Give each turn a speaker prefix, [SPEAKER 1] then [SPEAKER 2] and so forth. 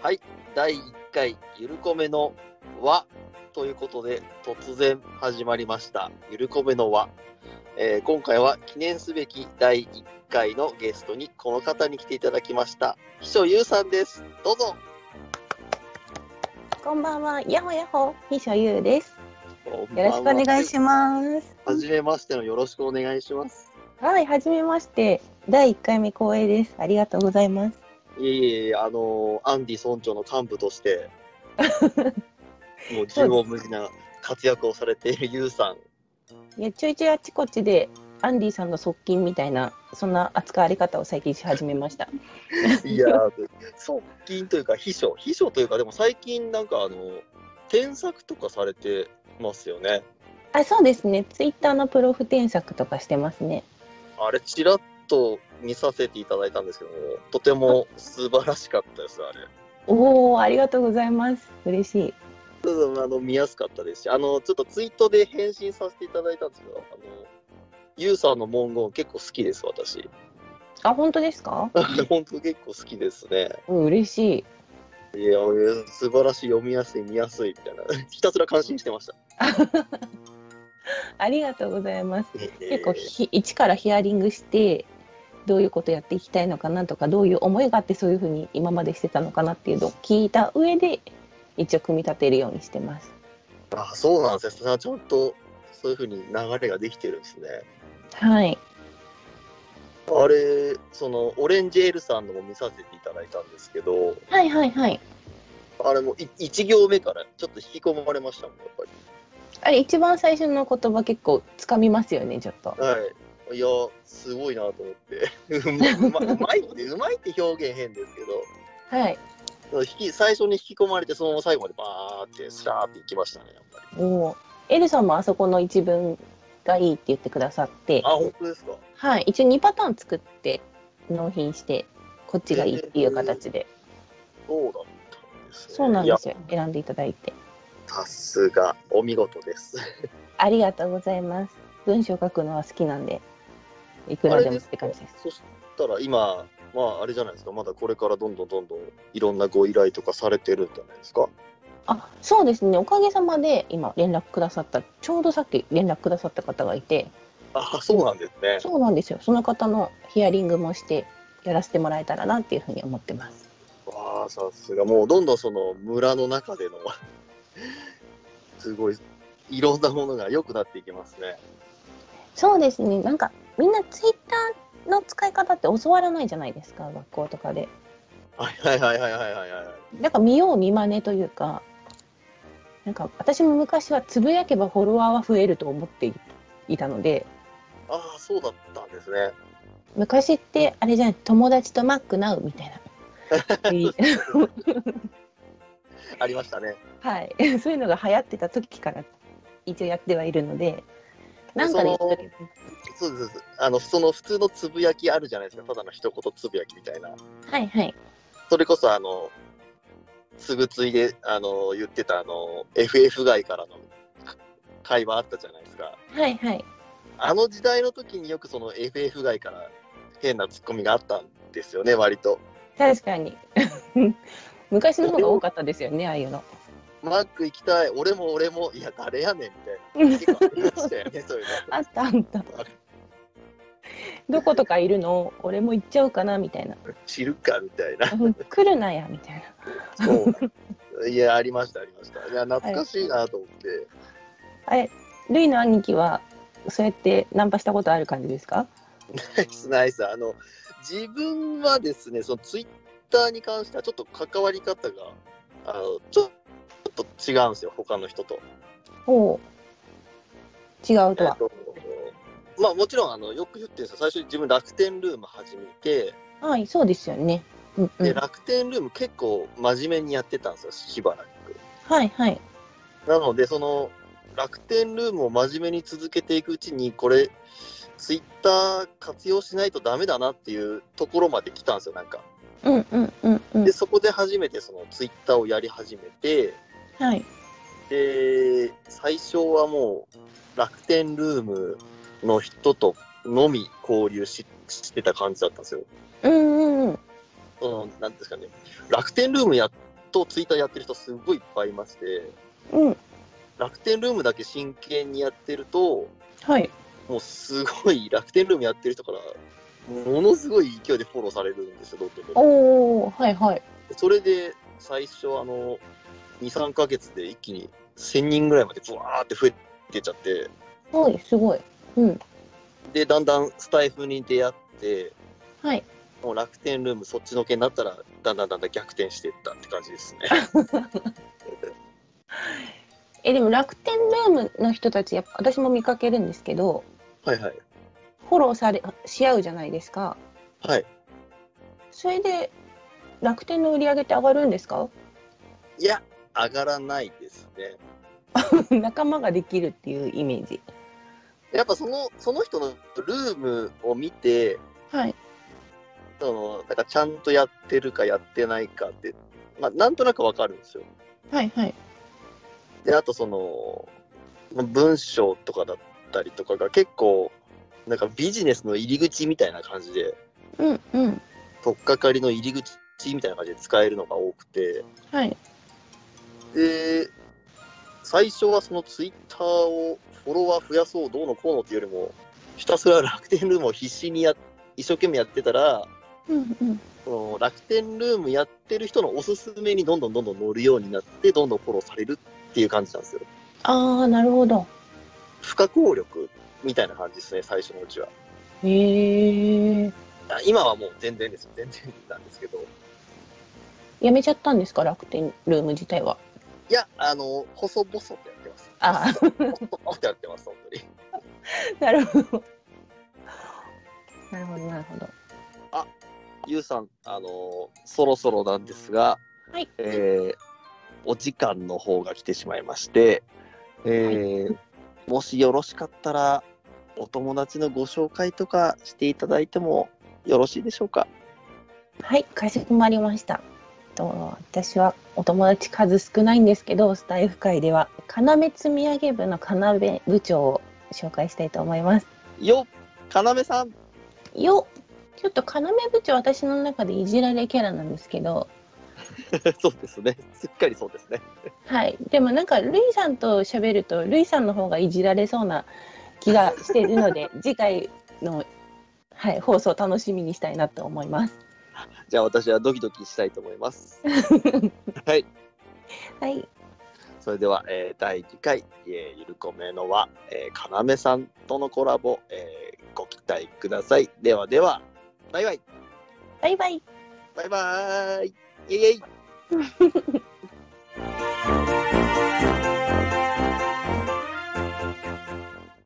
[SPEAKER 1] はい、第1回、ゆるこめの輪ということで、突然始まりました、ゆるこめの輪。えー今回は記念すべき第1回のゲストに、この方に来ていただきました、秘書ゆうさんです。どうぞ。
[SPEAKER 2] こんばんは、やほやほ、秘書ゆうです。
[SPEAKER 1] よ
[SPEAKER 2] よろしくお願いします。
[SPEAKER 1] す。はじめましてのよろしくお願いします。
[SPEAKER 2] はい、はじめまして、第1回目光栄です。ありがとうございます。
[SPEAKER 1] いえいえいえ、あのーアンディ村長の幹部と して、もう縦横無尽な活躍をされているゆうさん。
[SPEAKER 2] いや、ちょいちょいあっちこっちで、アンディさんの側近みたいな、そんな扱われ方を最近し始めました。
[SPEAKER 1] いや ー、側近というか、秘書、秘書というか、でも最近、なんかあの、添削とかされてますよね。
[SPEAKER 2] あ、そうですね。ツイッターのプロフ添削とかしてますね。
[SPEAKER 1] あれ、ちらっと見させていただいたんですけども、とても素晴らしかったです、あれ。
[SPEAKER 2] おお、ありがとうございます。嬉しい。
[SPEAKER 1] うんあの見やすかったですし、あの、ちょっとツイートで返信させていただいたんですけど、あの、ゆうさんの文言結構好きです、私。
[SPEAKER 2] あ、本当ですか？
[SPEAKER 1] 本当結構好きですね。
[SPEAKER 2] うん、嬉しい。
[SPEAKER 1] いや、素晴らしい、読みやすい、見やすいみたいな。ひたすら感心してました。
[SPEAKER 2] ありがとうございます。結構ひ一からヒアリングしてどういうことやっていきたいのかなとかどういう思いがあってそういうふうに今までしてたのかなっていうのを聞いた上で一応組み立てるようにしてます。
[SPEAKER 1] あ、そうなんですね。ちゃんとそういうふうに流れができてるんですね。
[SPEAKER 2] はい、
[SPEAKER 1] あれ、そのオレンジエールさんのも見させていただいたんですけど、
[SPEAKER 2] はいはいはい
[SPEAKER 1] あれもい一行目からちょっと引き込まれましたもん、やっぱり。
[SPEAKER 2] あれ一番最初の言葉結構つかみますよねちょっと。
[SPEAKER 1] はい。いや、すごいなと思って。 うまうまうまいって、うまいって表現変ですけど、
[SPEAKER 2] はい、
[SPEAKER 1] その引き最初に引き込まれて、そのまま最後までバーって、スラーっていきましたね、やっぱり。
[SPEAKER 2] もうエルさんもあそこの一文がいいって言ってくださって
[SPEAKER 1] あ、、本当ですか。
[SPEAKER 2] はい、一応2パターン作って納品してこっちがいいっていう形で、
[SPEAKER 1] そうだったんです、ね。
[SPEAKER 2] そうなん
[SPEAKER 1] い
[SPEAKER 2] で
[SPEAKER 1] や
[SPEAKER 2] すよ選んでいただいて。
[SPEAKER 1] さすが、お見事です。
[SPEAKER 2] ありがとうございます。文章書くのは好きなんで、いく
[SPEAKER 1] あ
[SPEAKER 2] ら
[SPEAKER 1] れ
[SPEAKER 2] でもって感じです。
[SPEAKER 1] かそしたら今、まああれじゃないですか、まだこれからどんどんどんどんいろんなご依頼とかされてるんじゃないですか。
[SPEAKER 2] あ、そうですね。おかげさまで今連絡くださった、ちょうどさっき連絡くださった方がいて、
[SPEAKER 1] あ、そうなんですね。
[SPEAKER 2] そうなんですよ。その方のヒアリングもしてやらせてもらえたらなっていうふうに思ってます。
[SPEAKER 1] わあ、さすが、もうどんどんその村の中での、すごい、いろんなものが良くなっていきますね。
[SPEAKER 2] そうですね。なんかみんなツイッターの使い方って教わらないじゃないですか、学校とかで。
[SPEAKER 1] はいはいはいはいはいはいはい。
[SPEAKER 2] なんか見よう見まねというか、なんか私も昔はつぶやけばフォロワーは増えると思っていたので、
[SPEAKER 1] ああ、そうだったんですね。
[SPEAKER 2] 昔ってあれじゃん友達とマックナウみたいないい
[SPEAKER 1] ありましたね。
[SPEAKER 2] はい そういうのが流行ってた時から一応やってはいるのでなんかね
[SPEAKER 1] そのそうですそうです。あの、その普通のつぶやきあるじゃないですか、ただの一言つぶやきみたいな。
[SPEAKER 2] はいはい
[SPEAKER 1] それこそあの、つぐついであの言ってたあの、FF 外からのか会話あったじゃないですか。
[SPEAKER 2] はいはい
[SPEAKER 1] あの時代の時によくその FF 外から変なツッコミがあったんですよね、割と。
[SPEAKER 2] 確かに 昔の方が多かったですよねああいうの
[SPEAKER 1] マック行きたい、俺も俺も、いや、誰やねんみたいな。結構ありましたよ ね、そういう
[SPEAKER 2] あったあったどことかいるの俺も行っちゃおうかなみたいな
[SPEAKER 1] の。知るかみたいな。
[SPEAKER 2] うん来るなやみたいな
[SPEAKER 1] そう。いや、ありました、ありました。いや、懐かしいなと思って。
[SPEAKER 2] あれルイの兄貴はそうやってナンパしたことある感じですか
[SPEAKER 1] ナイスナイス。あの、自分はですね、そのツイッターに関してはちょっと関わり方が、あのちょちょっと違うんですよ、他の人と。
[SPEAKER 2] おう違うと
[SPEAKER 1] え
[SPEAKER 2] は
[SPEAKER 1] っとまあもちろんあのよく言ってるんですよ、最初に自分楽天ルーム始めて、
[SPEAKER 2] はい、そうですよね。うんう
[SPEAKER 1] で
[SPEAKER 2] ん、
[SPEAKER 1] 楽天ルーム結構真面目にやってたんですよ、しばらく。
[SPEAKER 2] はいはい。
[SPEAKER 1] なので、その楽天ルームを真面目に続けていくうちに、これ、ツイッター活用しないとダメだなっていうところまで来たんですよ、なんか。
[SPEAKER 2] うんうんうんうん
[SPEAKER 1] で。そこで初めてそのツイッターをやり始めて
[SPEAKER 2] はい。
[SPEAKER 1] で最初はもう楽天ルームの人とのみ交流ししてた感じだったんですよ。
[SPEAKER 2] うんうんうん
[SPEAKER 1] その、なんですかね、楽天ルームやっとツイッターやってる人すごいいっぱいいまして、
[SPEAKER 2] うん
[SPEAKER 1] 楽天ルームだけ真剣にやってると、
[SPEAKER 2] はい
[SPEAKER 1] もうすごい楽天ルームやってる人から、ものすごい勢いでフォローされるんですよ、どうっても。
[SPEAKER 2] おおはいはい
[SPEAKER 1] それで、最初、あの、2、3ヶ月で一気に1000人ぐらいまでブワーって増えてっちゃって、
[SPEAKER 2] はいすごいうん
[SPEAKER 1] で、だんだんスタイフに出会って、
[SPEAKER 2] はい
[SPEAKER 1] もう楽天ルームそっちのけになったら、だんだんだんだん逆転していったって感じですね。
[SPEAKER 2] えでも楽天ルームの人たちやっぱ私も見かけるんですけど
[SPEAKER 1] はいはい。
[SPEAKER 2] フォローされし合うじゃないですか
[SPEAKER 1] はい。
[SPEAKER 2] それで楽天の売り上げって上がるんですか
[SPEAKER 1] いや、上がらないですね。
[SPEAKER 2] 仲間ができるっていうイメージ
[SPEAKER 1] やっぱその、その人のルームを見て、
[SPEAKER 2] はい
[SPEAKER 1] その、なんかちゃんとやってるかやってないかって、まあ、なんとなくわかるんですよ。
[SPEAKER 2] はいはい
[SPEAKER 1] で、あとその、まあ文章とかだったりとかが結構、なんかビジネスの入り口みたいな感じで、
[SPEAKER 2] うんうん
[SPEAKER 1] 取っかかりの入り口みたいな感じで使えるのが多くて、
[SPEAKER 2] はい
[SPEAKER 1] で、最初はそのツイッターをフォロワー増やそうどうのこうのっていうよりも、ひたすら楽天ルームを必死にや一生懸命やってたら、
[SPEAKER 2] うんうん
[SPEAKER 1] その楽天ルームやってる人のおすすめにどんどんどんどん乗るようになって、どんどんフォローされるっていう感じなんですよ。
[SPEAKER 2] ああなるほど
[SPEAKER 1] 不可抗力みたいな感じですね、最初のうちは。
[SPEAKER 2] へえ
[SPEAKER 1] あ今はもう全然ですよ、全然なんですけど。
[SPEAKER 2] やめちゃったんですか楽天ルーム自体はい
[SPEAKER 1] や、あの、細々とやってます。
[SPEAKER 2] あ
[SPEAKER 1] 細々とやってます、本当に。
[SPEAKER 2] なるほどなるほどなるほど
[SPEAKER 1] ゆうさん、あのーそろそろなんですが、
[SPEAKER 2] はい
[SPEAKER 1] えーお時間の方が来てしまいまして、えーもしよろしかったら、お友達のご紹介とかしていただいてもよろしいでしょうか。
[SPEAKER 2] はい、かしこまりました。と私はお友達数少ないんですけど、スタイフ会では、要積み上げ部の要部長を紹介したいと思います。
[SPEAKER 1] よっ、かなめさん。
[SPEAKER 2] よっちょっと要部長、私の中でいじられキャラなんですけど、
[SPEAKER 1] そうですね。すっかりそうですね。
[SPEAKER 2] はい、でもなんか、ルイさんと喋ると、ルイさんの方がいじられそうな気がしているの で、次回の、はい、放送楽しみにしたいなと思います。
[SPEAKER 1] じゃあ私はドキドキしたいと思います。はい。
[SPEAKER 2] はい、
[SPEAKER 1] それでは、えー第2回、えーゆるこめのは、えー、かなめさんとのコラボ、えーご期待ください。ではでは、バイバイ
[SPEAKER 2] バイバイ
[SPEAKER 1] バイバーイイェイイェイ